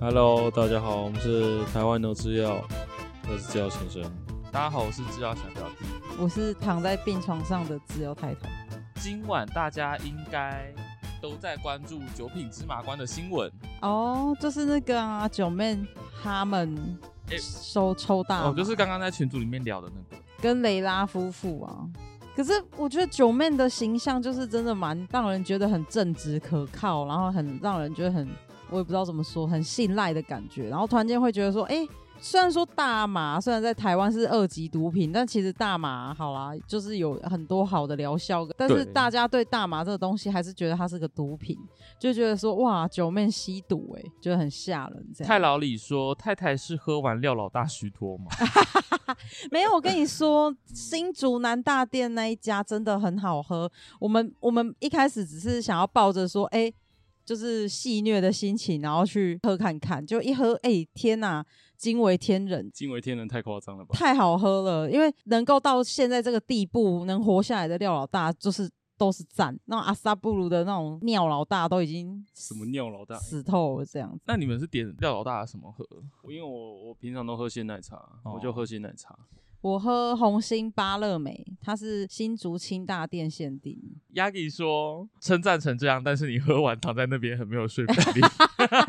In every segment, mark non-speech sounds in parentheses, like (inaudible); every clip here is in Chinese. Hello，大家好，我们是台湾牛制药，我是制药先生。大家好，我是制药小表弟。我是躺在病床上的自由太太。今晚大家应该都在关注九品芝麻官的新闻，哦，就是那个啊，九妹他们诶收抽大麻、哦，就是刚刚在群组里面聊的那个。跟雷拉夫妇啊。可是我觉得九妹的形象就是真的蛮让人觉得很正直可靠，然后很让人觉得很我也不知道怎么说，很信赖的感觉。然后突然间会觉得说，哎、虽然说大麻虽然在台湾是二级毒品，但其实大麻好啦，就是有很多好的疗效。但是对大家对大麻这个东西还是觉得它是个毒品，就觉得说哇，九妹吸毒哎、觉得很吓人这样。太老李说，太太是喝完料老大虚脱吗？没有，我跟你说，新竹南大店那一家真的很好喝。我们我们一开始只是想要抱着说，哎、就是戏虐的心情，然后去喝看看。就一喝，哎、天哪，惊为天人，惊为天人太夸张了吧？太好喝了！因为能够到现在这个地步，能活下来的廖老大就是都是赞。那种阿萨布鲁的那种尿老大都已经什么尿老大？死透了，这样子。那你们是点料老大什么喝？我因为我我平常都喝鲜奶茶，哦我就喝鲜奶茶。我喝红星巴乐美，它是新竹清大店限定。鸭给说称赞成这样，但是你喝完躺在那边很没有说服力，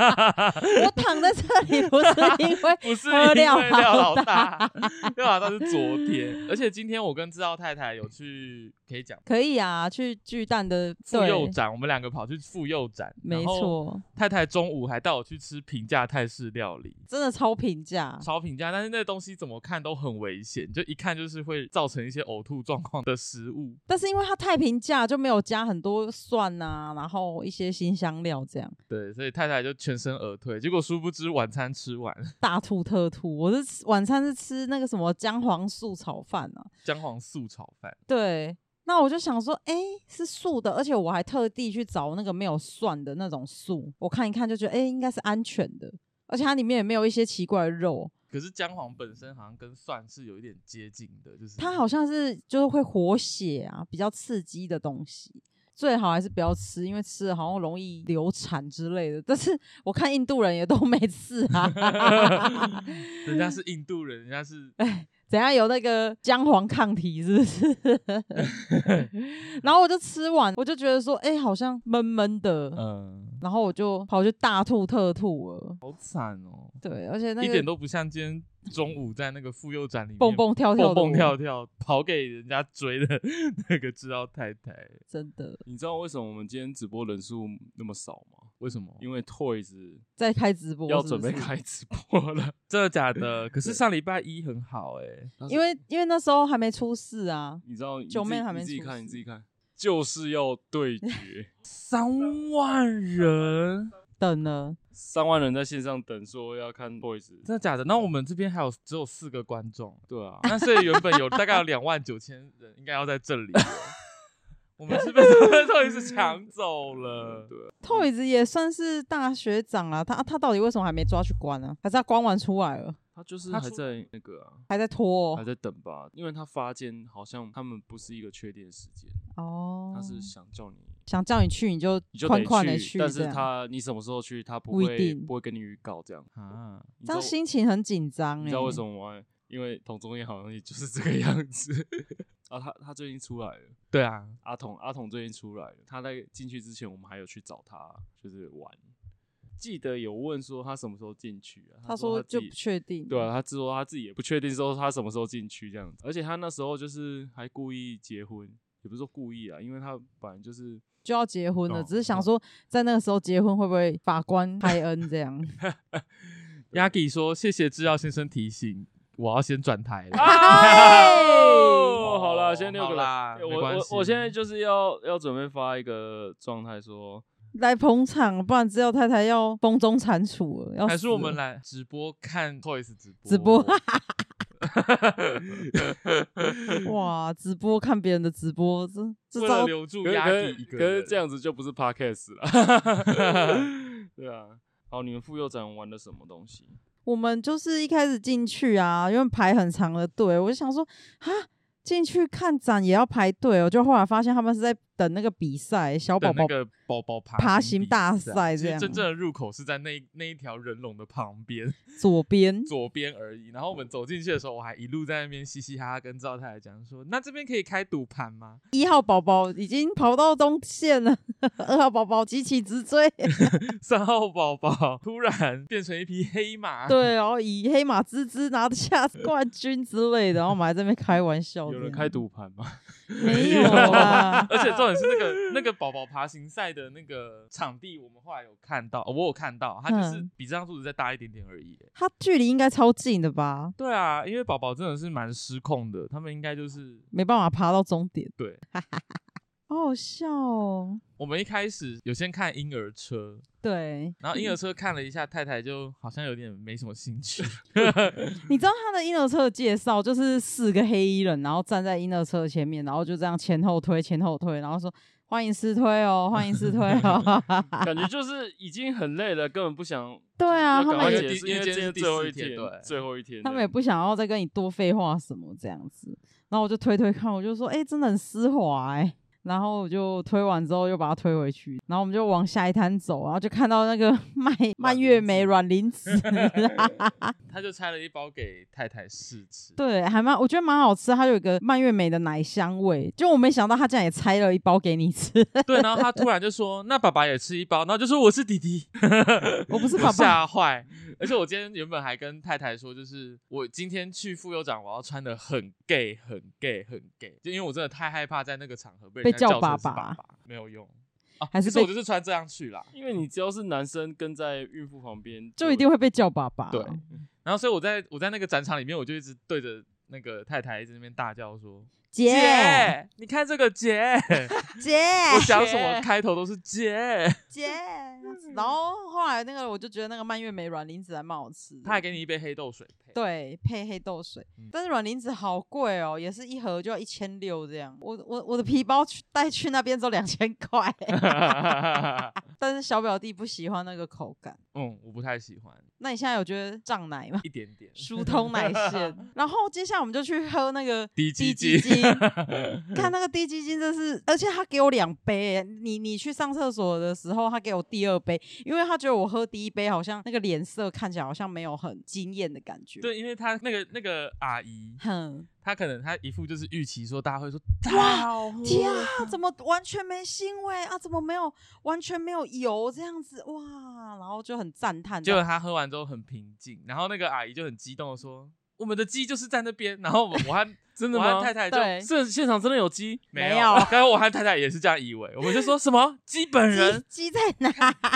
我躺在这里不 (laughs) 是因为不是因喝为料料老老大，料老大是昨天，而且今天我跟制药太太有去，可以讲可以啊，去巨蛋的妇幼对，展，我们两个跑去妇幼展，没。错，太太中午还带我去吃平价泰式料理，真的超平价。超平价，但是那东西怎么看都很危险，就一看就是会造成一些呕吐状况的食物。但是因为它太平价，就没有加很多蒜啊，然后一些新香料这样，对，所以太太就全身而退，结果殊不知晚餐吃完，大吐特吐。我是吃晚餐是吃那个什么姜黄素炒饭啊，姜黄素炒饭，对。那我就想说，哎、是素的，而且我还特地去找那个没有蒜的那种素，我看一看就觉得，哎、应该是安全的，而且它里面也没有一些奇怪的肉，可是姜黄本身好像跟蒜是有一点接近的，就是它好像是就是会活血啊，比较刺激的东西，最好还是不要吃，因为吃了好像容易流产之类的。 (laughs) 但是我看印度人也都没吃啊， (laughs) (laughs) 人家是印度人，人家是怎样有那个姜黄抗体是不是？ (laughs) 然后我就吃完，我就觉得说，哎、好像闷闷的， (laughs) 嗯，然后我就跑去大吐特吐了。好惨哦，对，而且那一点个都不像今天中午在那个妇幼展里面蹦蹦跳跳的蹦蹦跳我，跳跑给人家追的那个知道太太，真的你知道为什么我们今天直播人数那么少吗？为什么？因为 Toys 在开直播要是准不备是开直播了。 (laughs) 真的假的？可是上礼拜一很好哎、因为因为那时候还没出事啊，你知道你九自己妹还没你自己出看，世你自己看，就是要 (laughs) 对决三万人，等了。三万人在线上等，说要看 Toys。真的假的？那我们这边还有只有四个观众，对啊，那所以原本有大概有两万九千人应该要在这里，我们 (laughs) 是被他们到底是抢走 (laughs) 了。对啊， Toys 也算是大学长啦，他他到底为什么还没抓去关呢、啊还是他关完出来了，他就是他还出在那个啊，还在拖还哦？在等吧，因为他发监好像他们不是一个确定的时间，哦他是想叫你。想叫你去你就你就宽得宽的但这是样他你什么时候去，他不不一会定不会跟你预告这样。啊，你这知道样心情很紧张你哎。知道为什么吗？因为童中彦好像也就是这个样子 (laughs) 啊，他他最近出来了，对啊，阿童阿童最近出来了，他在进去之前，我们还有去找他就是玩，记得有问说他什么时候进去啊？他说说他就自己不确定。对啊，他自说他自己也不确定说他什么时候进去这样子，而且他那时候就是还故意结婚，也不是说故意啊，因为他本来就是就要结婚了，哦只是想说在那个时候结婚会不会法官开恩这 (laughs) 样？ y a g i 说谢谢制药先生提醒，我要先转台了。啊哦，好啦，现在六好个啦啦，没我关我系我现在就是要要准备发一个状态说，来捧场，不然只有太太要风中蟾蜍了。要还是我们死了来直播看 Toys 直播？直播 (laughs) 哇，直播看别人的直播，这这为了招留住可是压可力是一个可是人这样子就不是 podcast 了， (laughs) 对啊。好，你们妇幼展玩的什么东 (laughs) 西？我们就是一开始进去啊，因为排很长的队，我就想说啊，进去看展也要排队哦。就后来发现他们是在等那个比赛，小宝等宝那个包包爬爬行行比大赛其这实样，真正的入口是在那一那一条人龙的旁边 (laughs) 左边左边而已。然后我们走进去的时候，我还一路在那边嘻嘻哈哈跟赵太太讲说：“那这边可以开赌盘吗？” (laughs) 一号宝宝已经跑到东线了，二号宝宝急起直追，三号宝宝突然变成一匹黑马，？对，然后以黑马之姿拿下冠军之类的，然后我们还在那边开玩笑这样，有人开赌盘吗？没有啦 (laughs) 而且重点是那个那个宝宝爬行赛的那个场地，我们后来有看到，哦我有看到，它就是嗯比这张桌子再大一点点而已。他距离应该超近的吧？对啊，因为宝宝真的是蛮失控的，他们应该就是没办法爬到终点，对。 (laughs) 好好笑哦。我们一开始有先看婴儿车，对，然后婴儿车看了一下，太太就好像有点没什么兴趣。你知道他的婴儿车的介绍就是四个黑衣人，然后站在婴儿车前面，然后就这样前后推，前后推，然后说欢迎试推哦，欢迎试推哦。 (laughs) 感觉就是已经很累了，根本不想对啊，要他赶们快也就解释，因因为为今今天天是第最后四一天天对，最后一天这样，他们也不想要再跟你多废话什么这样子。然后我就推推看，我就说，哎、真的很丝滑哎、然后我就推完之后又把它推回去，然后我们就往下一摊走，然后就看到那个蔓蔓越莓软磷脂， (laughs) 他就拆了一包给太太试吃。对，还蛮我觉得蛮好吃，它有一个蔓越莓的奶香味，就我没想到他竟然也拆了一包给你吃，对，然后他突然就说：“那爸爸也吃一包。”然后就说：“我是弟弟。”我不是我爸爸，吓坏。而且我今天原本还跟太太说，就是我今天去妇幼展，我要穿的很 gay，很 gay，很 gay，就因为我真的太害怕在那个场合被人被家叫成爸是爸爸，没有用啊。还是其实我被就是穿这样去啦。因为你只要是男生跟在孕妇旁边，就一定会被叫爸爸。对然后所以我在我在那个展场里面，我就一直对着那个太太一直在那边大叫说：“姐姐，你看这个 (laughs) 姐，姐，我讲什么开头都是姐。姐。然后后来那个我就觉得那个蔓越莓软磷脂还蛮好吃的，”他还给你一杯黑豆水配。 (laughs) 对，配黑豆水，嗯但是软磷脂好贵哦，也是一盒就要一千六这样。我我我的皮包去带去那边只有两千块， (laughs) 但是小表弟不喜欢那个口感。嗯，我不太喜欢那你现在有觉得胀奶吗？一点点。疏 (laughs) 通奶线，然后接下来我们就去喝那个低低基基金 (laughs) 金，看那个低基金，真是，而且他给我两杯耶，你你去上厕所的时候，他给我第二杯，因为他觉得我喝第一杯好像那个脸色看起来好像没有很惊艳的感觉，，对，因为他那个那个阿姨，哼，她可能她一副就是预期说大家会说哇哇天啊，怎么完全没腥味啊？怎么没有完全没有油这样子哇？然后就很赞叹结这果样，她喝完之后很平静，然后那个阿姨就很激动的说：“我们的鸡就是在那边。”然后我我 (laughs) 和真的我和吗？太太就对这现场真的有鸡，没没有有，刚刚我和太太也是这样以为，我们就说什么鸡本人，鸡鸡在哪？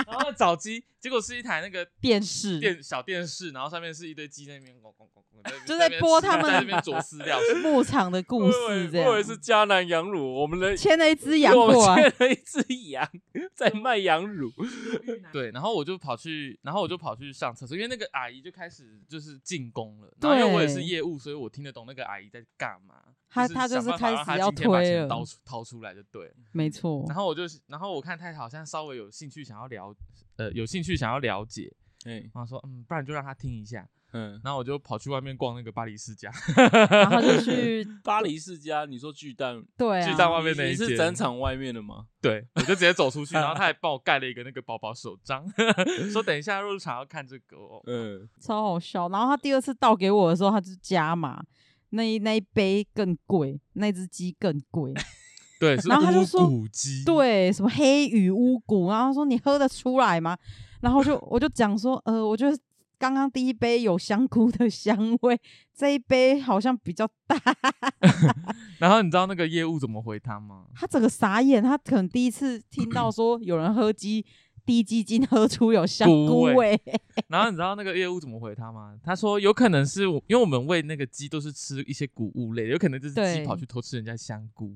然后找鸡，结果是一台那个电视电小电视，然后上面是一堆鸡在那边咣咣咣咣，那边就在在那边播吃他们在那边啄饲 (laughs) 料。牧场的故 (laughs) 我以事为这我以为是样。迦南羊乳，我们的牵了一只羊我们过啊来，牵了一只羊在卖羊 (laughs) 乳，对，然后我就跑去，然后我就跑去上厕所，因为那个阿姨就开始就是进攻了。然后因为我也是对业务，所以我听得懂那个阿姨在干嘛。她就她就是想办法开让始她要今天把推钱了哦掏出掏出来就对了。 (laughs) 没错。然后我就，然后我看她好像稍微有兴趣想要了，呃，有兴趣想要了解，哎，然后说，嗯，不然就让她听一下。嗯，然后我就跑去外面逛那个巴黎世家， (laughs) 然后就去巴黎世家，你说巨蛋， (laughs) 对巨啊，蛋外面那你一你间是展场外面的吗？对我就直接走出去，然后她还帮我盖了一个那个宝宝手章， (laughs) 说等一下入场要看这个哦。嗯，超好笑。然后他第二次倒给我的时候，他就加码，那一那一杯更贵，那只鸡更 (laughs) 贵。对，是然后她就乌说骨鸡，，对，什么黑羽乌骨，然后他说你喝得出来吗？然后 (laughs) 就我就讲说，呃，我觉得刚刚第一杯有香菇的香味，这一杯好像比较大。然后你知道那个业务怎么回他吗？他整个傻眼，他可能第一次听到说有人喝 (laughs) 鸡低鸡精喝出有香菇菇味味， (laughs) 然后你知道那个业务怎么回他吗？他说有可能是我因为我们喂那个鸡都是吃一些谷物类的，有可能就是鸡对跑去偷吃人家香菇，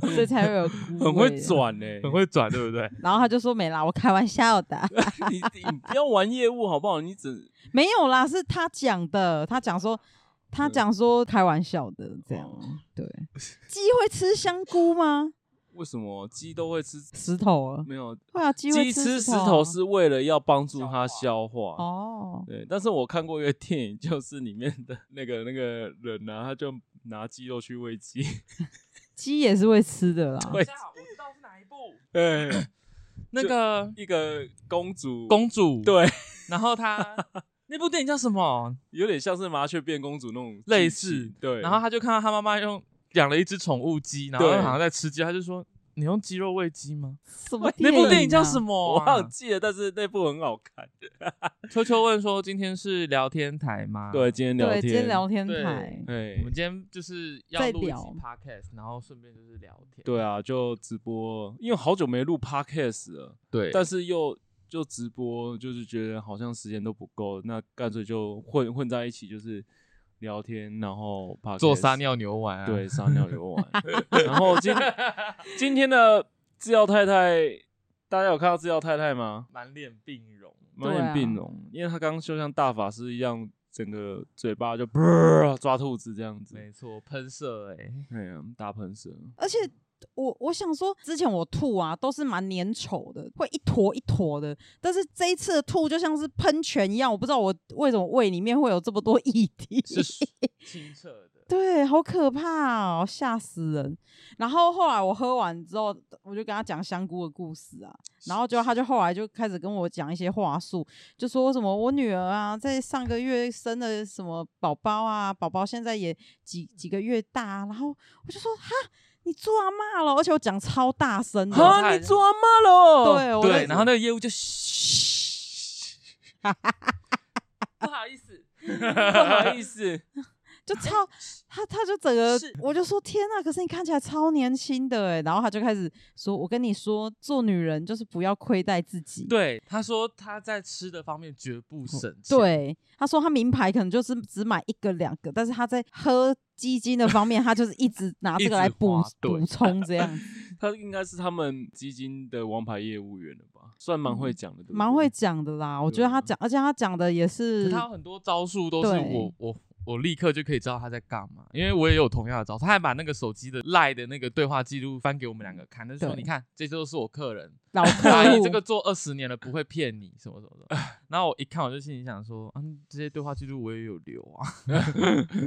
所以才会有菇 (laughs) 很会味。啊转欸呢，很会转，对不 (laughs) 对？然后他就说没啦，我开玩笑的。啊你 (laughs) 你不要玩业务好不好？你只 (laughs) 没有啦，是他讲的，他讲说，他嗯讲说开玩笑的这样。对，鸡会吃香菇吗？为什么鸡都会吃？石头啊，没有，会啊，鸡会鸡吃石头啊头是为了要帮助它消化。哦，对，但是我看过一个电影，就是里面的那个那个人啊，他就拿鸡肉去喂鸡，鸡也是会吃的啦。对下，我知道是哪一部，对，那就个一个公主，公主，， (laughs) 对，然后 (laughs) 她那部电影叫什么？有点像是麻雀变公主那种类剧似情，对，然后她就看到她妈妈用养了一只宠物鸡，然后对好像在吃鸡，她就说：“你用鸡肉喂鸡吗什么、？” (laughs) 那部电影叫什么？么我啊、忘记了，但是那部很好看。秋秋问说：“今天是聊天台吗？”对，，今天聊对，天，今天聊啊天对台，哎我们今天就是要在录一集聊 podcast，然后顺便就是聊天。对啊，就直播，因为好久没录 podcast 了，对但是又就直播，就是觉得好像时间都不够，那干脆就混混在一起，就是聊天，然后 podcast, 做撒，尿牛丸啊，对，撒尿游玩。然后今今天的制药太太，大家有看到制药太太吗？ (laughs) 满脸病容。满对脸啊病容，因为他刚刚就像大法师一样，整个嘴巴就啵抓兔子这样子，没错，喷射哎、 (laughs) 哎呀，大喷射，而且我我想说，之前我吐啊都是蛮粘稠的，会一坨一坨的，但是这一次的吐就像是喷泉一样，我不知道我为什么胃里面会有这么多 (laughs) 液体，是清澈的。对，好可怕哦，吓死人！然后后来我喝完之后，我就跟他讲香菇的故事啊，然后就他就后来就开始跟我讲一些话术，就说什么我女儿啊，在上个月生了什么宝宝啊，宝宝现在也几几个月大啊、然后我就说哈，你做阿妈了，而且我讲超大声的，哈你做阿妈喽对，我就对，然后那个业务 (laughs) 就嘘，不好意思，不好意思，就超他他就整个，我就说天呐，可是你看起来超年轻的哎，然后他就开始说，我跟你说，做女人就是不要亏待自己。对，他说他在吃的方面绝不省钱，，哦对，他说他名牌可能就是只买一个两个，但是他在喝基金的方面，他就是一直拿这个来补一直划对补充这样 (laughs) 子，他应该是他们基金的王牌业务员了吧？算蛮会讲的，对不对嗯蛮会。讲的啦。我觉得他讲，而且他讲的嗯也可是是他有很多招数都是对我我。我立刻就可以知道他在干嘛，因为我也有同样的招数。他还把那个手机的赖的那个对话记录翻给我们两个看，他就说：“对你看，这些都是我客人，老 (laughs) 阿客姨户，哎这个做二十年了，不会骗你什么什么 (laughs) 什么。然后我一看，我就心里想说，嗯，这些对话记录我也有留啊。(laughs)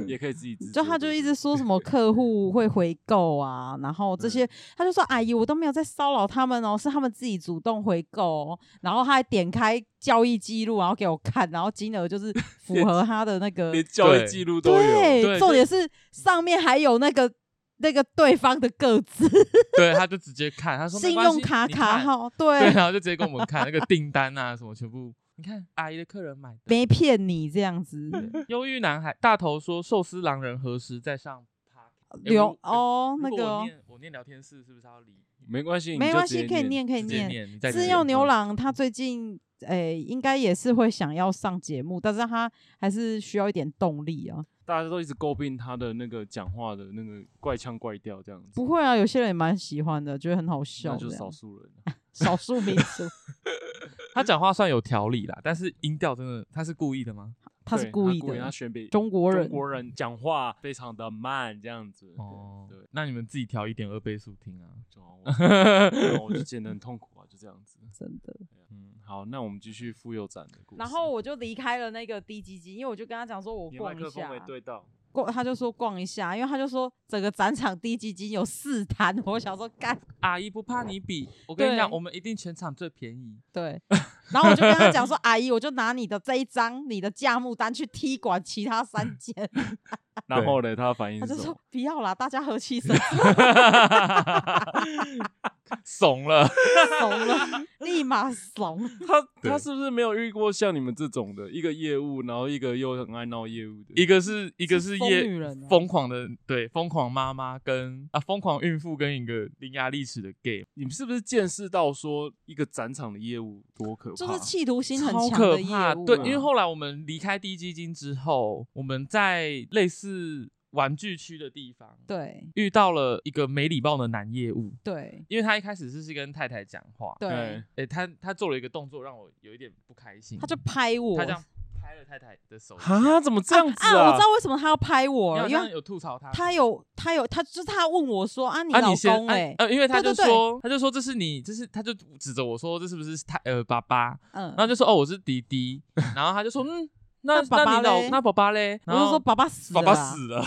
也可以自己制作嗯就他就一直对说什么客户会回购啊，然后嗯这些，他就说阿姨，我都没有在骚扰他们哦，是他们自己主动回购、哦。然后他还点开交易记录，然后给我看，然后金额就是 (laughs) 符合他的那不个对，连教育记录都有。对，对重就点是上面还有那个那个对方的个资、对，他就直接看，他说信没关系用卡你卡看号，对，啊对，然后就直接给我们看那个订单啊什么，全部你看阿姨的客人买的。没骗你这样子，忧郁男孩大头说，寿司狼人何时再上 podcast？诶有如哦如那果个我哦。念我念聊天室是不是要离？没关系，你没就关直接系，可以念，可以直接念。念，你再直自接由牛念郎他最近诶、应该也是会想要上节目，但是他还是需要一点动力啊。大家都一直诟病他的那个讲话的那个怪腔怪调这样子，不会啊，有些人也蛮喜欢的，觉得很好笑那这就样。少数 (laughs) 人了。 (laughs) 少数民族，他讲话算有条理啦，但是音调真的他是故意的吗？他是对故意他的。选北中国人中国人讲话非常的慢这样子。哦，对，那你们自己调一点二倍速听啊。就我然后我就觉得很痛苦啊，就这样子。真的， (laughs) 嗯， (laughs) 好，那我们继续妇幼展的故事。然后我就离开了那个低基金，因为我就跟他讲说，我你的麦逛一克风下没，对到，逛他就说逛一下，因为他就说整个展场低基金有四摊，我想说 (laughs) 干阿姨不怕你比，我跟你讲，对我们一定全场最便宜。对，然后我就跟他讲说，阿姨，我就拿你的这一张你的价目单去踢馆其他三 (laughs) 间， (laughs) 然后呢，他的反应他是就什说么？不要啦，大家和气 (laughs) 生财， (laughs) 怂 (laughs) 了，怂了， (laughs) 立马怂。他对他是不是没有遇过像你们这种的一个业务，然后一个又很爱闹业务的？一个是一个是疯业女人啊疯狂的，对，疯狂妈妈跟啊疯狂孕妇跟一个伶牙俐齿的 gay，你们是不是见识到说一个展场的业务多可怕？就是企图心很超强可的业务、啊怕。对，因为后来我们离开低基金之后，我们在类似玩具区的地方，，对遇到了一个没礼貌的男业务，对因为他一开始是是跟太太讲话，对，哎诶，他他做了一个动作让我有一点不开心，他就拍我，他这样拍了太太的手一下，啊，怎么这样子啊我知道为什么他要拍我你了，好因像为有吐槽他，他有他有他就是他问我说啊，你啊，老你先公啊哎、呃，因为他就对说，对他就说这是你，这是他就指着我说这是不是他呃爸爸，嗯 (laughs) 然后就说哦我是弟弟，然后他就说嗯那那爸那爸你老嘞那爸爸嘞？我然就后说爸爸死了爸啊，爸死了，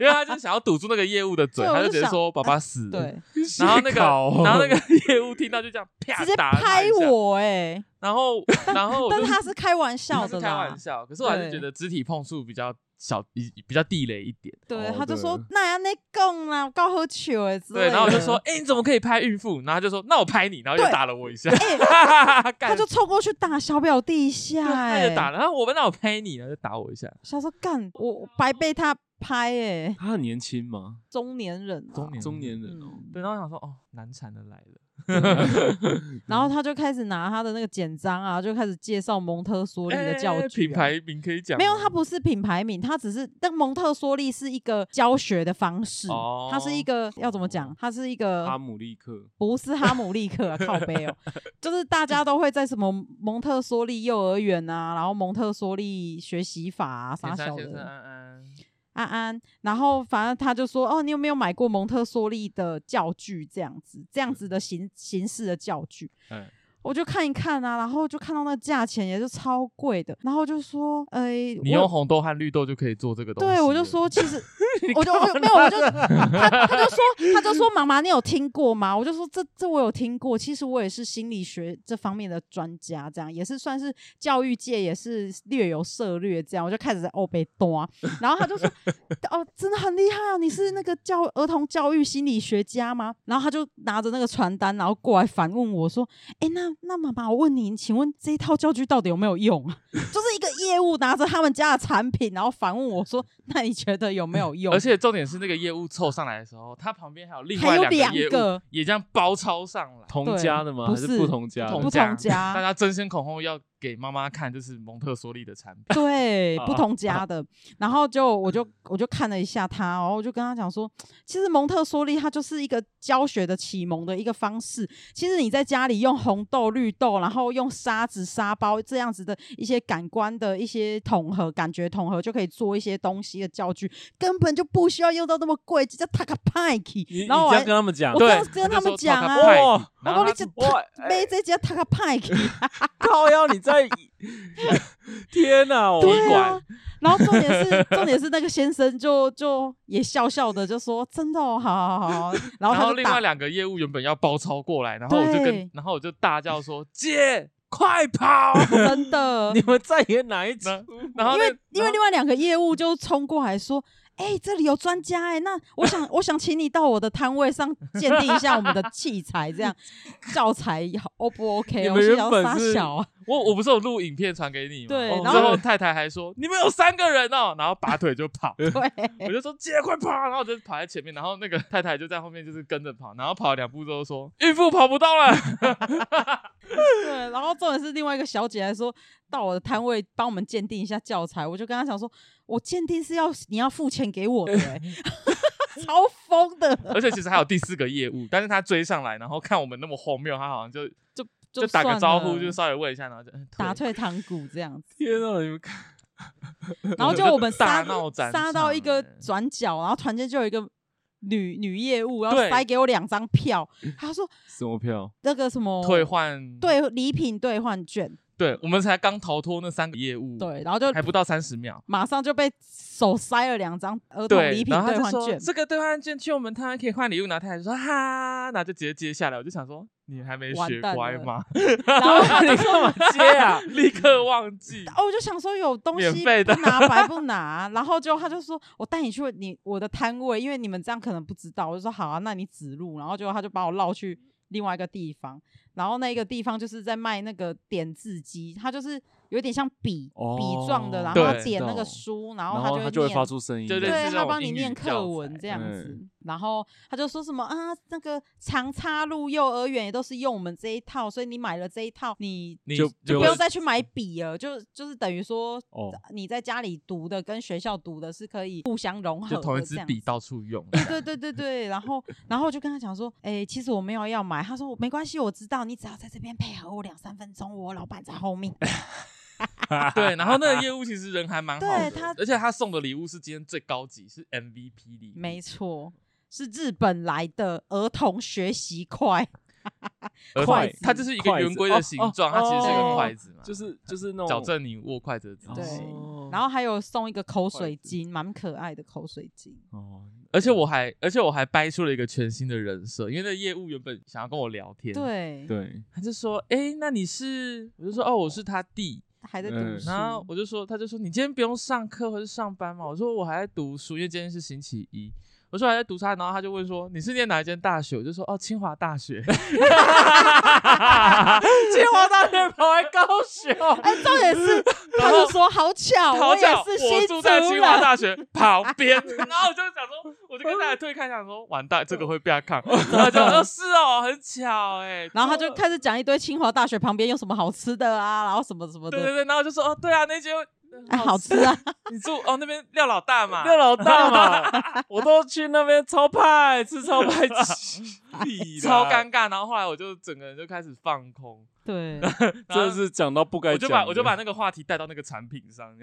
因为他就想要堵住那个业务的嘴，对我他就就直接想啊说爸爸死了。对，然后那写个，考哦然后那个业务听到就这样啪直接打了他拍一下，我哎、然 (laughs) 后然后我但就他是开玩他笑是的开啦玩，笑，可是我还是觉对得肢体碰触比较小，比比较地雷一点。对，哦他就对说那要那供啦，我告喝酒哎之类啊对，的，然后我就说，哎、你怎么可以拍孕妇？然后他就说，那我拍你，然后又对打了我一下，哎、他他就冲过去打小表弟一下啊他哎、就打了，然后我们那我拍你，然后就打我一下。想说干我我白被他拍哎、他很年轻吗？中年人、啊，中年中年人哦，嗯对，然后我想说，哦，难产的来了，嗯 (laughs) 然后他就开始拿他的那个简章啊，就开始介绍蒙特梭利的哎教具、啊品。牌名可以讲吗，哦没有，它不是品牌名，它只是但蒙特梭利是一个教学的方式，哦它是一个要怎么讲？它是一个哈姆立克不是哈姆立克啊，靠背哦，就是大家都会在什么蒙特梭利幼儿园啊，然后蒙特梭利学习法啊，啥田山小先生的安安，安安，然后反正他就说，哦，你有没有买过蒙特梭利的教具？这样子，这样子的形形式的教具，嗯我就看一看啊，然后就看到那价钱也是超贵的，然后就说，哎、我你用红豆和绿豆就可以做这个东西了。对，我就说其 (laughs) 实我就我就没有，我就 (laughs) 他他就说他就说妈妈，你有听过吗？我就说这这我有听过，其实我也是心理学这方面的专家，这样也是算是教育界也是略有涉略，这样我就开始在欧北端，然后他就说哦，真的很厉害啊，你是那个教儿童教育心理学家吗？然后他就拿着那个传单，然后过来反问我说，哎、那那妈妈，我问你，请问这一套教具到底有没有用啊？ (laughs) 就是一个业务拿着他们家的产品，然后反问我说：“那你觉得有没有用？”而且重点是那个业务凑上来的时候，他旁边还有另还外有两两个业务个也这样包抄上来。同对家的吗？不还是不同家的？不同家 (laughs) 大家争先恐后要给妈妈看，就是蒙特梭利的产 (laughs) 品。对啊不同家的，然后就我嗯就我就看了一下他，然后我就跟他讲说，其实蒙特梭利它就是一个教学的启蒙的一个方式。其实你在家里用红豆、绿豆，然后用沙子、沙包这样子的一些感官的一些统合、感觉统合，就可以做一些东西的教具，根本就不需要用到那么贵，就叫 t a k a p a k 你然后你我这还样跟他们讲我，这样跟他们讲啊对哇，然我后跟他你讲哇，买这家 t a k a p a k 靠腰你在， (laughs) 天哪，哦我对啊管，然后重点是重点是那个先生就就也笑笑的就说真的哦，好好好好，然后然他后就另打外两个业务原本要包抄过来，然后我就跟对，然后我就大叫 (laughs) 说：“姐，快跑真的，们在演哪一！”然后那因为因为另外两个业务就冲过来说。哎、这里有专家哎、那我想 (laughs) 我想请你到我的摊位上鉴定一下我们的器材，这样教材好 O 不 OK？你我们心原想本傻是小啊， (laughs) 我我不是有录影片传给你吗？对哦然之后后太太还说：“你们有三个人哦。”然后拔腿就跑。 (laughs) 对，我就说姐快跑，然后我就跑在前面，然后那个太太就在后面就是跟着跑，然后跑了两步之后说孕妇跑不到了， (laughs) 对，然后重点是另外一个小姐还说到我的摊位帮我们鉴定一下教材，我就跟她讲说，我鉴定是要你要付钱给我的、欸， (laughs) 超疯的，而且其实还有第四个业务，但是他追上来，然后看我们那么荒谬，他好像就就就打个招呼，算了就稍微问一下，然后就嗯打退退堂鼓这样 (laughs) 子。天哪，你们看，然后就我们大杀闹展杀到一个场欸转角，然后团建就有一个女女业务，然后对塞给我两张票，她说什么票？那个什么退换，哦对礼品兑换券，对，我们才刚逃脱那三个业务，，对，然后就嗯还不到三十秒。马上就被手塞了两张儿童对礼，品然后他兑就换说券，这个兑换券去我们台湾可以换礼物，然后他还说哈，然后就直接接下来，我就想说你还没完学蛋乖了吗？然后她就说。 (laughs) 接啊， (laughs) 立刻忘记。哦，我就想说有东免西费的不拿 (laughs) 白不拿，然后就他就说我带你去你我的摊位，因为你们这样可能不知道，我就说好啊，那你指路，然后结果他就把我绕去另外一个地方，然后那个地方就是在卖那个点字机，它就是有点像笔、笔状的，哦然后他对点那知道个书，然然后他他就会念发出声音，对类似对这他种帮你英语念教课文材这样嗯子，然后他就说什么啊，那个长插入幼儿园也都是用我们这一套，所以你买了这一套，你你就就不不会用 (laughs) 再去买笔了，就就是等于说哦，你在家里读的跟学校读的是可以互相融合就同一的这支样。笔到处 (laughs) 用。对对对对，然后然后我就跟他讲说，哎、其实我没有要买，他说我没关系，我知道，你只要在这边配合我两三分钟，我老板在后面。对，然后那个业 (laughs) 务其实人还蛮好的，对他而且他送的礼物是今天最高级，是 MVP 礼物。没错，是日本来的儿童学习块，儿筷童子它就是一个筷子圆规的形状，哦它其实是一哦个筷子嘛，就是就是那种矫正你握筷子的姿势。对哦然后还有送一个口水筷子巾，蛮可爱的口水巾。哦，而且我还，而且我还掰出了一个全新的人设，因为那业务原本想要跟我聊天，，对，对，他就说，哎、那你是？我就说，哦，我是他弟。还在读嗯书。然后我就说，他就说，你今天不用上课或是上班嘛？我说我还在读书，因为今天是星期一。我说还在读他，然后他就问说，你是念哪一间大学？我就说，哦，清华大学。 (laughs) 清华大学跑来高雄，哎，重 (laughs) 点是，他就说好巧，好巧，我也是我新住竹在清华人。大学旁 (laughs) 边，然后我就想说，我就跟大家推开，想说完蛋，这个会被他 (laughs) 看，然后就说是哦，很巧哎、然后他就开始讲一堆清华大学旁边有什么好吃的啊，然后什么什么对对的，对，然后就说哦，对啊，那间哎，好吃啊，你住哦那边廖老大嘛，六老 (laughs) 大嘛，我都去那边超派吃超派，超尴尬。然后后来我就整个人就开始放空， (laughs) 对，然后真的是讲到不该我就讲把的，我就把那个话题带到那个产品上，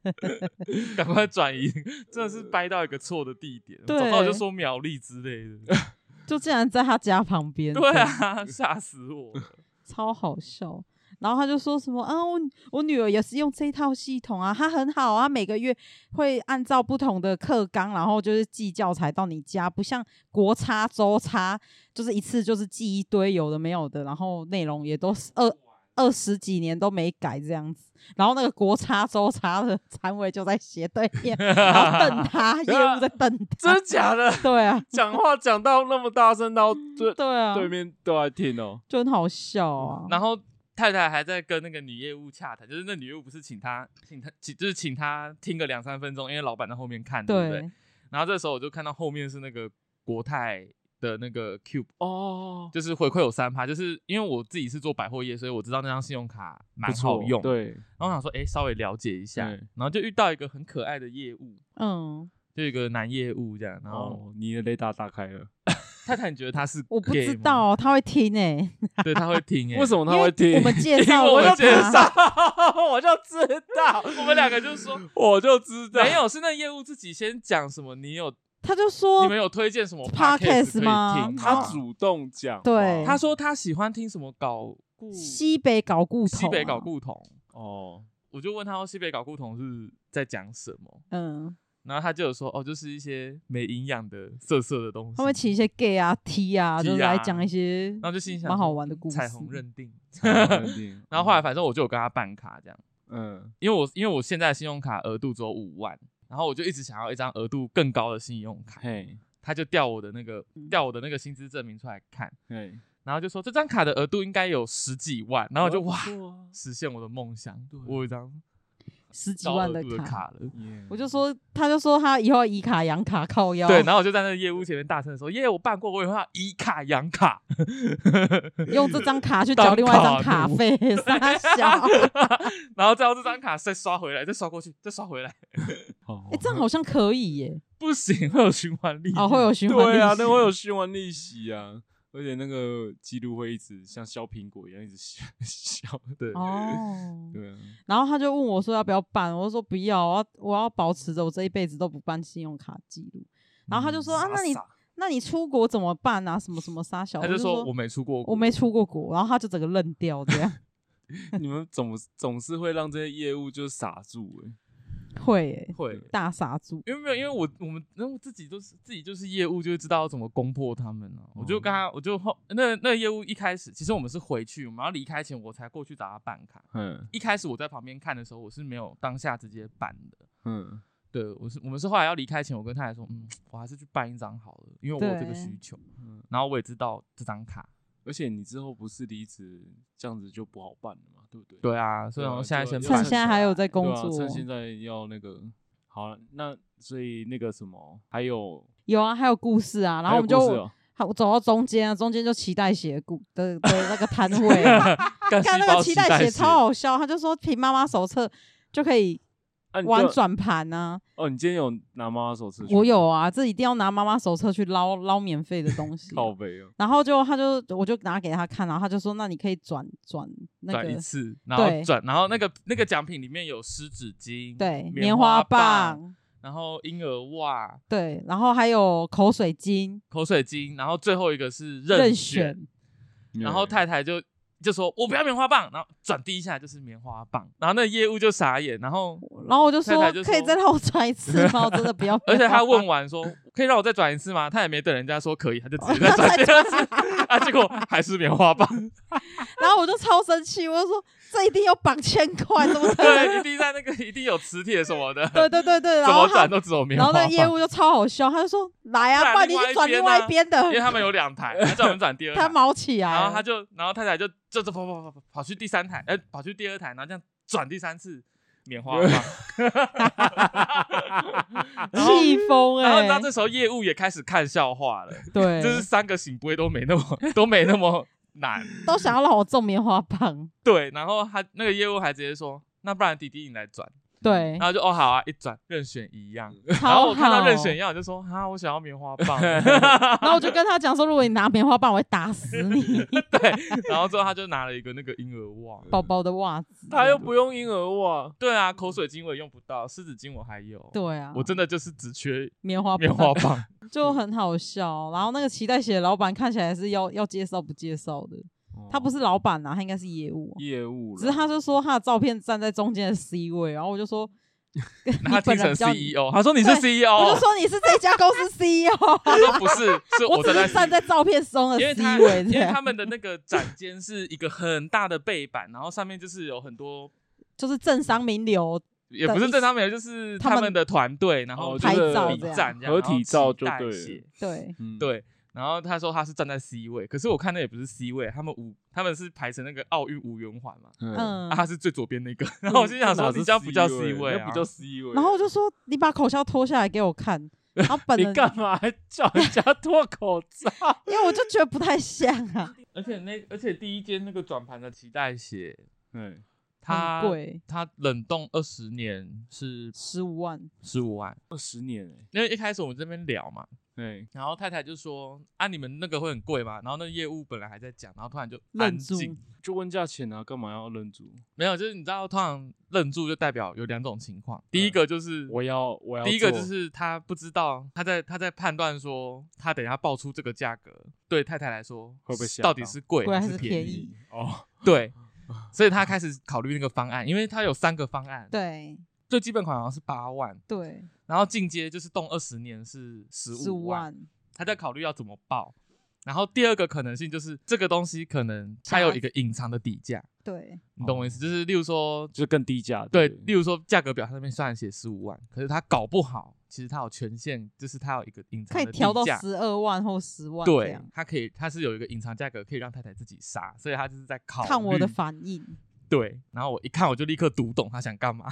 (laughs) 赶快转移，真的是掰到一个错的地点，对早知道我就说苗栗之 (laughs) 类的，就竟然在他家旁边，对啊，吓死我了。超好笑。然后他就说什么啊，我我女儿也是用这一套系统啊，她很好啊，她每个月会按照不同的课纲，然后就是寄教材到你家，不像国差、周差，就是一次就是寄一堆有的没有的，然后内容也都是二二十几年都没改这样子。然后那个国差、周差的常委就在斜对面，然后 (laughs) 瞪他，业务在瞪他，真假的对啊，讲话讲到那么大声，然后嗯对对啊，对面都在听哦，就很好笑啊。然后太太还在跟那个女业务洽谈，就是那女业务不是请她请她请就是请她听个两三分钟，因为老板在后面看，对不对？对，然后这时候我就看到后面是那个国泰的那个 Cube，哦，就是回馈有三趴，就是因为我自己是做百货业，所以我知道那张信用卡蛮不好错用。。对，然后我想说，哎，稍微了解一下，对然后就遇到一个很可爱的业务。嗯，就有一个男业务这样，然后哦，你的雷达打开了，太太，你觉得他是我不 gay 知吗，道他会听欸诶、对，他会听、欸，啊为什么他因为会听？我们介绍，因为我我们就就介查绍，我就知道， (laughs) (laughs) 我们两个就说我就知道，没有，是那业务自己先讲什么，你有他就你说们有推荐什么 Podcast 可以吗听哦他主动讲嘛，对他说他喜欢听什么搞故西北搞故啊头、啊西北搞，故同，哦，我就问他说西北搞故同是在讲什么，嗯，然后他就有说哦，就是一些没营养的色色的东西。他们请一些 gay 啊、T 啊， T 就是啊来讲一些然后就心里想蛮好说玩的故事彩虹认定。然然后后来反正我就有跟他办卡这样，嗯，因为我因为我现在的信用卡额度只有五万，然后我就一直想要一张额度更高的信用卡，嘿，他就调我的那个嗯调我的那个薪资证明出来看。嘿，然后就说这张卡的额度应该有十几万，然后我哦就哇，嗯实现我的梦想对，我有一张十几高万额的度的卡。卡了。耶我就说，他就说他以后要以卡养卡靠腰，对，然后我就在那个业务前面大声的说：“耶，我办过，我以后要以卡养卡。用这张卡去缴另外一张卡 (laughs) 费，傻小。”然后再用这张卡再刷回来，再刷过去，再刷回来，好哎，这样好像可以耶，不行，会有循环利益。哦，会有循环利息。对啊，那会有循环利息啊，而且那个记录会一直像削苹果一样一直削削，对哦。对啊，然后他就问我说要不要办，我就说不要，我要我要保持着我这一辈子都不办信用卡记录。然后他就说、啊，那你傻傻那你出国怎么办啊？什么什么傻小，他我就说说我没出过国，我没出过国，然后他就整个愣掉这样。你们总总是会让这些业务就傻住哎，会、欸、会。大傻住，因为没有，因为我我们然后自己都是自己就是业务，就会知道要怎么攻破他们啊。我就跟哦他，我就后那那业务一开始，其实我们是回去，我们要离开前，我才过去找他办卡。嗯一开始我在旁边看的时候，我是没有当下直接办的。嗯，对，我是我们是后来要离开前，我跟太太说，嗯，我还是去办一张好了，因为我有这个对需求。嗯然后我也知道这张卡，而且你之后不是离职，这样子就不好办了嘛，对不对？对啊，所以对啊我现在先就趁办。是现在还有在工对啊，作，趁现在要那个好了，那所以那个什么，还有，有啊，还有故事啊，然后我们还有故事就哦好走到中间啊，中间就脐带血骨的的那个摊位啊，干看细那个胞脐脐带带血超好笑，他就说凭妈妈手册就可以啊你玩就转盘啊，哦，你今天有拿妈妈手册去吗？我有啊，这一定要拿妈妈手册去捞捞免费的东西啊、靠背哦，然后就他就我就拿给他看，然后他就说那你可以转转那转一个次，然后对转，然后那个那个奖品里面有湿纸巾，对棉花棒，，然后婴儿袜、对，然后还有口水巾口水巾，然后最后一个是任选。然后太太就就说我不要棉花棒，然后转第一下就是棉花棒，然后那业务就傻眼，然后然后我就太说太就可以说。再让我转一次吗？我真的不要 (laughs) 而且他问我，完说可以让我再转一次吗？他也没等人家说可以，他就直接哦再转第二 (laughs) 次啊，结果还是棉花棒，然后我就超生气，我就说这一定要绑千块，怎么可能？对，一定在那个一定有磁铁什么的，对对对对，怎然后么他转都只有棉然花后那棒。业务就超好笑，他就说来不然啊，不然你另外去一转边另外啊一边的因，为他们有两台，他叫我们转第二台，他毛起来了，啊然后他就，然后太太就就就跑跑跑跑跑去第三台，哎、跑去第二台，然后这样转第三次棉花棒。然后，气疯 (laughs) 然后哎你知道，这时候业务也开始看笑话了，对，就是三个醒杯都没那么都没那么难。都想要让我中棉花棒，对，然后他那个业务还直接说。那不然弟弟你来转，对然，后就哦好啊，一转任选一样，然后超我看到好任选一样，我就说啊我想要棉花 (laughs) 棒，然后我就跟他讲说，如果你拿棉花棒，我会打 (laughs) 死你，然后之后他就拿了一个那个婴儿袜，宝宝的袜子，他又不用婴儿袜，对啊，口水巾我也用不到，湿纸巾我还有，对哦啊，我真的就是只缺棉花棉花棒。就很好笑。然后那个脐带鞋的老板看起来是要要介绍不介绍的，他不是老板啊，他应该是业务啊、业务啦，只是他就说他的照片站在中间的 C 位，然后我 (laughs) 就说，然后他你本听成哦人比较 CEO，他说你是对 CEO，我就说你是这家公司 CEO， (laughs) 他说不是，是我只在是站那。在照片中的因为 C 他，位因这为样，他们的那个展间是一个很大的背板，然后上面就是有很多，就是政商名流，也不是正常没有，就是他他们们的团队，然后哦就拍是照比这样战这样，合然后体照脐就带对血对，嗯，对，然后他说他是站在 C 位，可是我看那也不是 C 位，他们五他们是排成那个奥运五圆环嘛，嗯，嗯啊，。他是最左边那个，然后我心想说哪你是这样不叫 C 位位，啊，嗯那不叫 C 位。然后我就说：“你把口罩脱下来给我 (laughs) 看。”然后本你人，干嘛还叫人 (laughs) 家脱口罩？因为我就觉得不太像啊，而且那而且第一间那个转盘的脐带鞋， (laughs) 对，它很贵，它冷冻二十年是十五万，十五万。二十年哎，因为一开始我们这边聊嘛，对，然后太太就说啊，你们那个会很贵吗？然后那业务本来还在讲，然后突然就安愣住，静。就问价钱啊，干嘛要认主？没有，就是你知道，通常愣住就代表有两种情况，第一个就是。嗯我要，我要做。第一个就是他不知道，他在他在判断说，他等一下爆出这个价格，对太太来说会不会吓到底到是贵贵还是是便便宜哦， (laughs) 对，所以他开始考虑那个方案，因为他有三个方案，对最基本款好像是八万，对，然后进阶就是动二十年是十十五五万，万，他在考虑要怎么报。然后第二个可能性就是这个东西可能它有一个隐藏的底价，对你懂我哦意思？就是例如说，就是更低价。对，不例如说价格表上面虽然写十五万，可是他搞不好其实他有权限，就是他有一个隐藏可以的调到底价。十二万或十万这对样，，他可以，他是有一个隐藏价格可以让太太自己杀，所以他就是在考看我虑的反应。对，然后我一看我就立刻读懂他想干 (laughs) 嘛。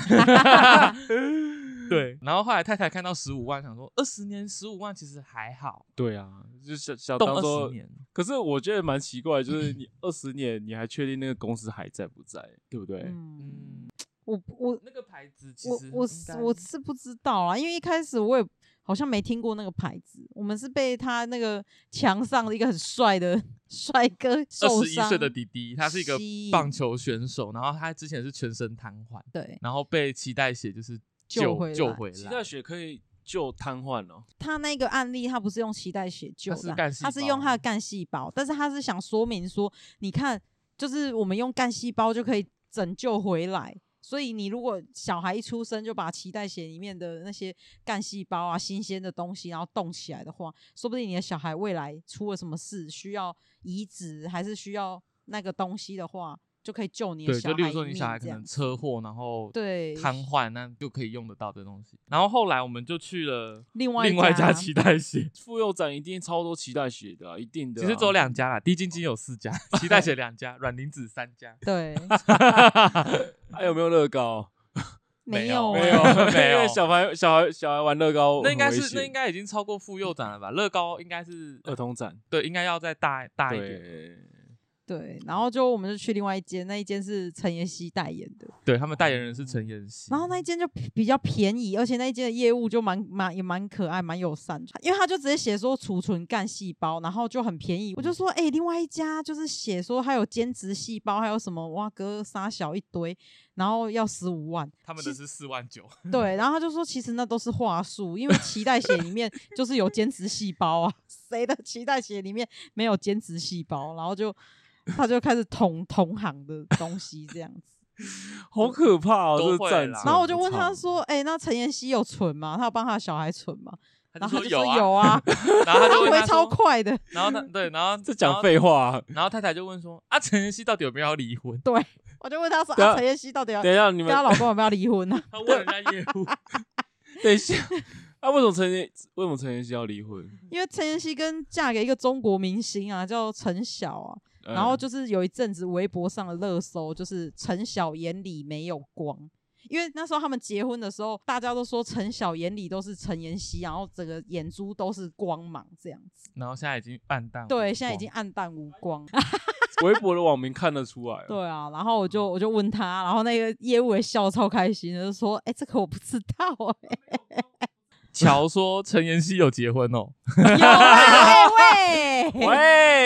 对，然后后来太太看到十五万，想说二十年十五万其实还好，对啊，就想想动当二做十。年。可是我觉得蛮奇怪，就是嗯你二十年，你还确定那个公司还在不在，对不对？嗯，嗯，我我那个牌子其我实我应是该我是不知道啊，因为一开始我也好像没听过那个牌子，我们是被他那个墙上的一个很帅的 (laughs) 帅哥受二十一伤岁的弟弟，他是一个吸引棒球选手，然后他之前是全身瘫痪，对然后被脐带血就是救救回救来回脐带血可以救瘫痪哦，他那个案例，他不是用脐带血救是的啊，干细他是用胞他的干细胞，但是他是想说明说，你看，就是我们用干细胞就可以拯救回来。所以你如果小孩一出生就把脐带血里面的那些干细胞啊、新鲜的东西，然后冻起来的话，说不定你的小孩未来出了什么事，需要移植还是需要那个东西的话，就可以救你的对，小就孩例如一命。说你小孩可这样能车祸，然后对瘫痪，那就可以用得到的东西。然后后来我们就去了另外另外一家家脐带 (laughs) 血，妇幼展一定超多脐带血的啊，一定的啊。其实只有两家啦，低金金有四家，脐带血两家，软磷脂三家。对， (laughs) 还有没有乐高？ (laughs) 没没有有没啊 (laughs) 有， (laughs) 没有因为小孩小孩小孩玩乐高，那应该很危是险那应该已经超过妇幼展了吧？乐高应该是儿童展，对，应该要再大大一点。对，对，然后就我们就去另外一间，那一间是陈妍希代言的，对他们代言人是陈妍希，哦然后那一间就比比较便宜，而且那一间的业务就蛮蛮也蛮可爱，蛮友善的，因为他就直接写说储存干细胞，然后就很便宜。我就说，哎、另外一家就是写说还有兼职细胞，还有什么哇哥沙小一堆，然后要十五万，他们的是四万九，对，然后他就说其实那都是话术，因为脐带血 (laughs) 里面就是有间质细胞啊，谁的脐带血里面没有间质细胞？然后就他就开始捅同行的东西这样子。好可怕哦！都这会个战啦场，然后我就问他我操，说：“哎、那陈妍希有存吗？他有帮他的小孩存吗？” (laughs) 他然后就他就有说啊，有啊，然后他他就问回他超说，快的，然后他对，然后 (laughs) 这讲，废话啊。然后然后太太就问说啊，陈妍希到底有没有要离婚？对，我就问他说：“等下啊，陈妍希到底要等一下，你跟们她老公有没有离婚呢、啊 (laughs) 他问人 (laughs) 家业务，等 (laughs) 一下，啊，为什么陈妍为什么陈妍希要离婚？？”因为陈妍希跟嫁给一个中国明星啊，叫陈晓啊，嗯然后就是有一阵子微博上的热搜，就是陈晓眼里没有光。因为那时候他们结婚的时候，大家都说陈晓眼里都是陈妍希，然后整个眼珠都是光芒这样子。然后现在已经暗淡无光，对，现在已经暗淡无光。微博的网民看得出来 (laughs) (laughs) 啊，对啊，然后我就我就问他，然后那个业务也笑得超开心的，就说：“哎、这个我不知道哎、乔说陈妍希有结婚 (laughs) 哦，有哎、喂，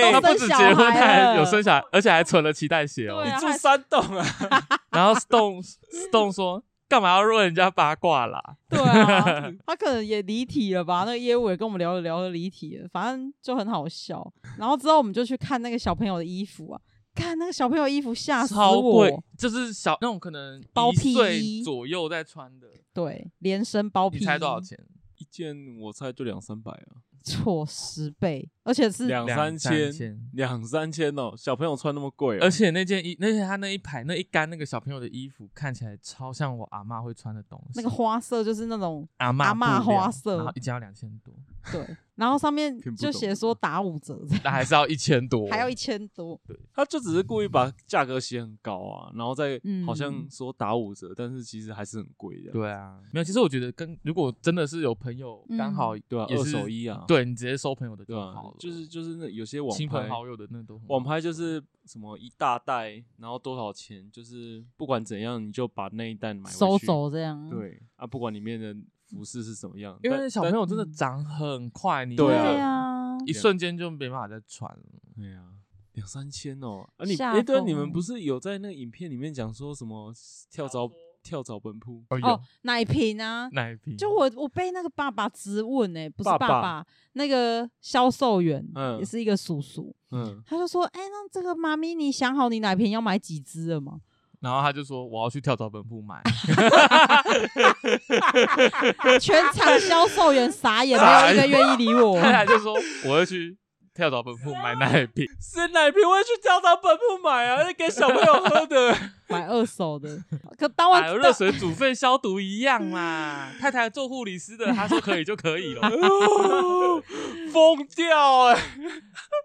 喂，他都不生止小结婚，他孩还有了生小孩，而且还存了脐带血哦对。你啊住还山洞啊？然后 Stone Stone 说干嘛要问人家八卦啦？ (laughs) 对 (laughs) 啊，他可能也离题了吧？那个业务也跟我们聊着聊着离题了，反正就很好笑。然后之后我们就去看那个小朋友的衣服啊，看那个小朋友的衣服吓死超贵我，，就是小那种可能包一屁岁衣左右在穿的，对，连身包你皮，猜多少？钱？一件我猜就两三百啊，错十倍，而且是两两三三千千，两三千哦，小朋友穿那么贵啊，而且那件衣，而且他那一排那一干那个小朋友的衣服，看起来超像我阿嬷会穿的东西。那个花色就是那种阿嬷阿嬷布料花色然后一件要两千多，对，然后上面听不就懂写说打五折这样，那还是要一千多，还要一千多。他就只是故意把价格写很高啊，然后再嗯好像说打五折，但是其实还是很贵的，对啊，没有。其实我觉得跟如果真的是有朋友嗯刚好对啊，也二是手，衣啊，对你直接收朋友的对就啊好了，，就是就是那有些网亲朋拍好友的那都很好网拍就是什么一大袋，然后多少钱，就是不管怎样你就把那一袋买回去收。走嗯这样。对啊，不管里面的服饰是什么样，因为但那小朋友真的长很快，你对嗯对啊啊，一瞬间就没办法再穿了。对呀、两三千哦！啊你，吓哎，对啊，疯你们欸不是有在那个影片里面讲说什么跳蚤跳蚤奔扑？哦，哦有，奶瓶啊，奶瓶，就我我被那个爸爸质问哎、不是爸爸爸那个销售员，嗯也是一个叔叔，嗯，他就说，哎、那这个妈咪，你想好你奶瓶要买几只了吗？然后他就说我要去跳蚤本铺 (laughs) 买，全 (laughs) 场销售员傻眼，没有一个愿意理我。太太就说我要去跳蚤本铺买奶瓶，谁奶瓶会去跳蚤本铺买啊？那给小朋友喝 (laughs) 的。买二手的，可当晚还有热水煮沸消毒一样 (laughs) 啦。太太做护理师的，她说可以就可以了。哦疯掉哎、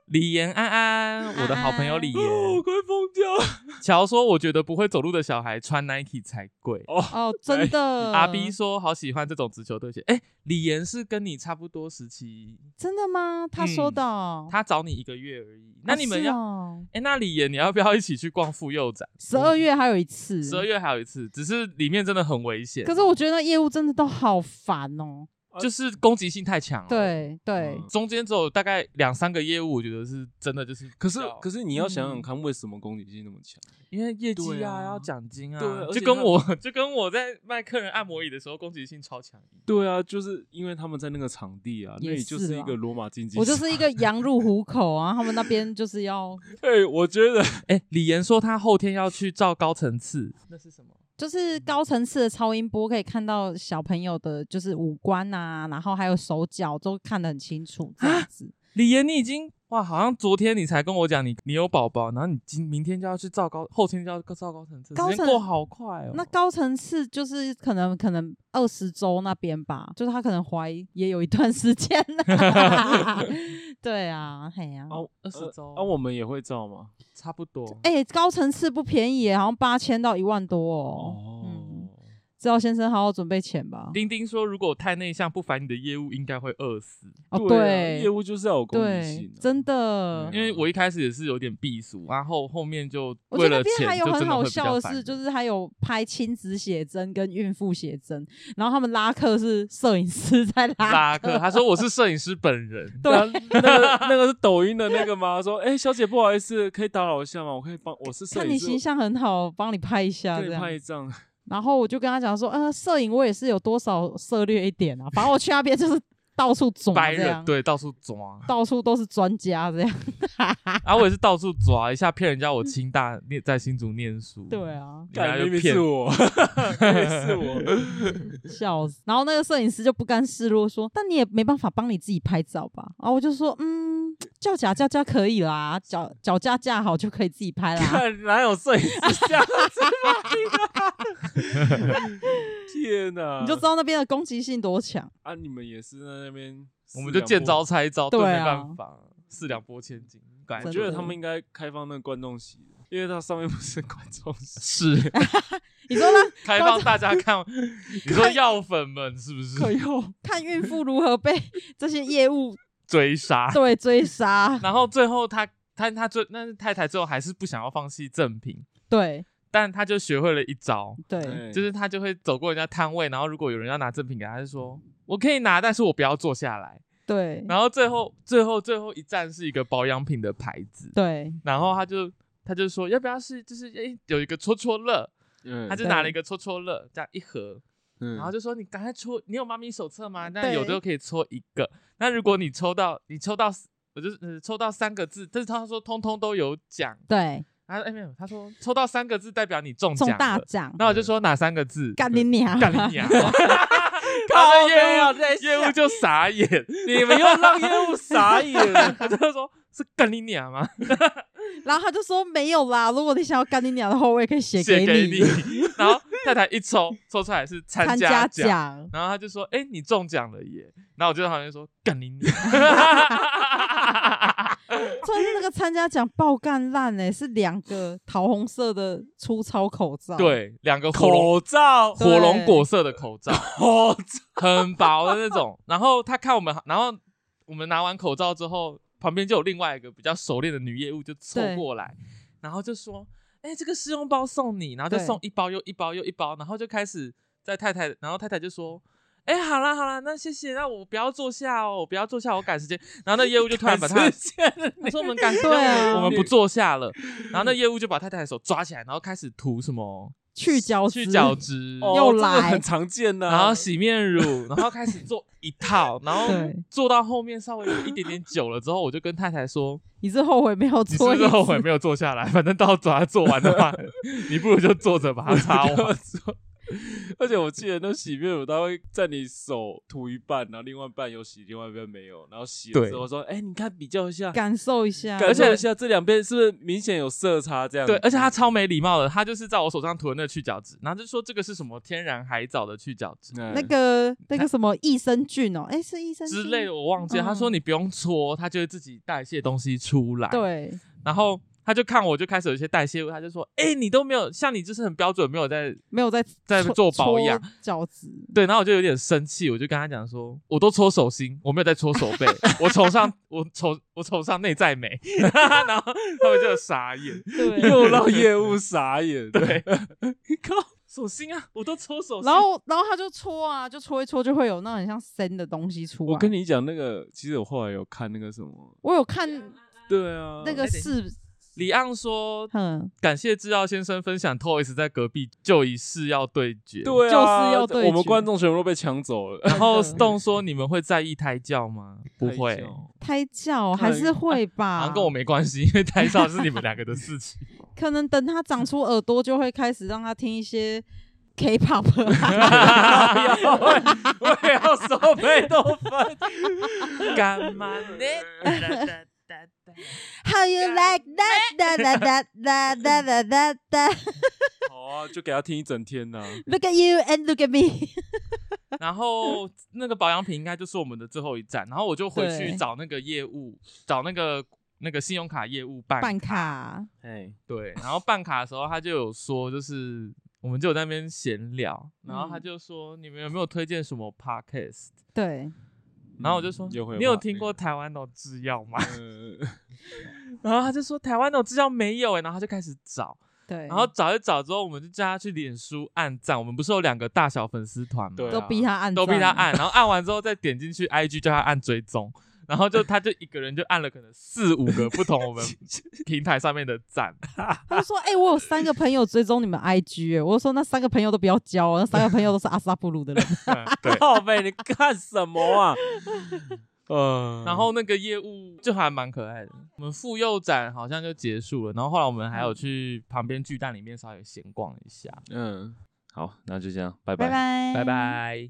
李岩安安，我的好朋友李岩，哦我快疯掉了！乔说我觉得不会走路的小孩穿 Nike 才贵。哦，真的，阿 B 说好喜欢这种直球对决。哎，李岩是跟你差不多时期，真的吗？他说哦嗯的哦、他找你一个月而已。那你们要要哎，那李岩你要不要一起去逛妇幼展？十二月还有一次，十二月还有一次，只是里面真的很危险。可是我觉得那业务真的都好烦哦、就是攻击性太强了。。对对，嗯中间只有大概两三个业务，我觉得是真的就是比较，可是可是你要想想嗯看，为什么攻击性那么强？因为业绩对啊啊要奖金啊，对而就且跟他我就跟我在卖客人按摩椅的时候，攻击性超强一样。对啊，就是因为他们在那个场地啊，那也里就是是一啊个罗马竞技场。我就是 (laughs) 一个羊入虎口啊，他们那边就是要，哎，我觉得哎、李岩说他后天要去照高层次， (laughs) 那是什么？就是高层次的超音波可以看到小朋友的，就是五官啊，然后还有手脚都看得很清楚，这样子。李岩，你已经哇，好像昨天你才跟我讲你你有宝宝，然后你今明天就要去照高，后天就要照高层次，高时间层过好快啊哦。那高层次就是可能可能二十周那边吧，就是他可能怀也有一段时间了。 (laughs) 对啊，嘿呀、啊。哦，二十周啊，我们也会照吗？差不多。哎、高层次不便宜耶，好像八千到一万多哦。哦嗯，知道先生好好准备钱吧。丁丁说，如果太内向不烦你的业务，应该会饿死。哦，对啊，业对务就是要有公平对性啊，，真的嗯因。为我一开始也是有点避暑，然后后面就我为觉了得那边钱还有就真很的好会比较笑的烦是，就是还有拍亲子写真跟孕妇写真，然后他们拉客是摄影师在拉拉客，他说我是摄影师本 (laughs) 人，对那那个那个是抖音的那个吗？说，哎、小姐，不好意思，可以打扰一下吗？我可以帮，我是摄看你影形师，象很好，帮你拍一下可以这样。拍一张。然后我就跟他讲说，呃，摄影我也是有多少涉略一点啊，反正我去那边就是到处走 (laughs) 白这人样，对到处抓，到处都是专家这样。 (laughs) 然后我也是到处抓一下骗人家我清 (laughs) 大念在新竹念书，对，啊，人家 (laughs) 干明就明骗是 (laughs) 我，明明是我， (laughs) 笑死。然后那个摄影师就不甘示弱说，但你也没办法帮你自己拍照吧？啊，我就说，嗯，叫假架架可以啦，脚脚架架好就可以自己拍 (laughs) 啦。看哪有摄 (laughs) 影师这样子天哪、嗯你就知道那边的攻击性多强，啊，你们也是在那边，我们就见招。拆招，对没啊办法，四两拨千斤，感我真觉觉得的他们应该开放那个观众席，因为它上面不是观众席。 (laughs) 是你说 (laughs) 呢？开放大 (laughs) 家看，你说药粉们是不是呦，看孕妇如何被这些业 (laughs) 务追杀？对追杀，然后最后他他他最那是太太最后还是不想要放弃正品，对但他就学会了一招，哎对，就是他就会走过人家摊位，然后如果有人要拿赠品给他，他就说我可以拿，但是我不要坐下来。对然后最后最后最后一站是一个保养品的牌子，对，然后他就他就说要不要是就是诶有一个戳戳乐，嗯他就拿了一个戳戳乐这样一盒，嗯然后就说你赶快戳，你有妈咪手册吗？那嗯对有的可以戳一个，那如果你抽到你抽到我就是、呃抽到三个字，但是他说通通都有奖，对，他说哎没有，他说抽到三个字代表你中中奖大了，奖，那我就嗯说哪三个字？干你娘！干 (laughs) 你娘！他靠们业没啊有务在 (laughs) 业务就傻 (laughs) 眼，你们又让业务傻眼了。他就说是干你娘 (laughs) 吗？然后他就说没有啦，如果你想要干你娘的话，我也可以写写给给你。 (laughs) 然后太太一抽，抽出来是参参加奖，奖。然后他就说：“哎、你中奖了耶！” (laughs) 然后我就在旁边说：“干你娘！” (laughs) 重点是那个参加奖爆干烂哎，是两个桃红色的粗糙口罩。，对，两个火龙口罩，哦火龙果色的口罩，很薄的那种。然后他看我们，然后我们拿完口罩之后，旁边就有另外一个比较熟练的女业务就凑对过来，然后就说：“哎、这个试用包送你。”然后就对送一包又一包又一包，然后就开始在太太，然后太太就说。哎、好啦好啦，那谢谢，那我不要坐下哦，我不要坐下，我赶时间。然后那业务就突然把他感谢他说我们赶时间，对啊我们不坐下了。然后那业务就把太太的手抓起来，然后开始涂什么去角去质角质，哦又这个来很常见呐、然后洗面乳，然后开始做一套，然后对做到后面稍微有一点点久了之后，我就跟太太说，你是后悔没有你是不做？是后悔？没有坐下来？反正到把它做完的话， (laughs) 你不如就坐着把它擦我 (laughs) 完。说，而且我记得那洗面乳，它会在你手涂一半，然后另外一半有洗，另外一半没有，然后洗了对之后说，哎、你看比较一下，感受一下，感受一下这两边是不是明显有色差这样？对，而且他超没礼貌的，他就是在我手上涂了那个去角质，然后就说这个是什么天然海藻的去角质那那个那个什么益生菌哦，哎，是益生菌嗯之类的，。我忘记了。他说嗯你不用搓，它就会自己代谢东西出来。对，然后他就看我就开始有一些代谢物，他就说：“哎、你都没有像你就是很标准，没有在没有在在搓做保养搓角质，对。”然后我就有点生气，我就跟他讲说：“我都搓手心，我没有在搓手背，我崇尚我崇我崇尚内在美。” (laughs) 然后他们就傻眼， (laughs) 对。 (laughs) 又让业务傻眼。对， (laughs) 靠手心啊，我都搓手心，然后然后他就搓啊，就搓一搓就会有那种很像生的东西出来。我跟你讲，那个其实我后来有看那个什么，我有看对啊，那哎个视，李昂说。嗯，感谢制药先生分享 Toys 在隔壁就以誓要对决。对啊，就是要对决我们观众全部都被抢走 (laughs) 了。然后真 Stone 说：“你们会在意胎教吗？不会，胎啊教还是会啊好吧，像跟我没关系，因为胎教是你们两个的事情。 (laughs) 可能等他长出耳朵，就会开始让他听一些 K-pop 啊我也要收被动分。 (laughs) 干嘛呢？ ，How you like that da da da da da da da da 好啊，就给他听一整天呐、 Look at you and look at me，然 (laughs) 后那个保养品应该就是我们的最后一站，然后我就回去对找那个业务，找那个那个信用卡业务办办卡哎，对，然后办卡的时候他就有说，就是我们就有在那边闲聊，然后他嗯就说你们有没有推荐什么 podcast？对，然后我就说嗯又会你有骂听那过个台湾的制药吗？嗯，然后他就说台湾的制药没有哎、然后他就开始找，对，然后找一找之后，我们就叫他去脸书按赞，我们不是有两个大小粉丝团吗？对啊都逼他按，都逼他，按，然后按完之后再点进去 IG 叫他按追踪，然后就他就一个人就按了可能四五个不同我们平台上面的赞，他就说：“哎、我有三个朋友追踪你们 IG，、欸、我就说那三个朋友都不要交哦，那三个朋友都是阿萨布鲁的人。嗯 (laughs) 对，靠背，你干什么啊？嗯然后那个业务就还蛮可爱的。我们妇幼展好像就结束了，然后后来我们还有去旁边巨蛋里面稍微闲逛一下，嗯，好，那就这样，拜拜拜，拜。拜。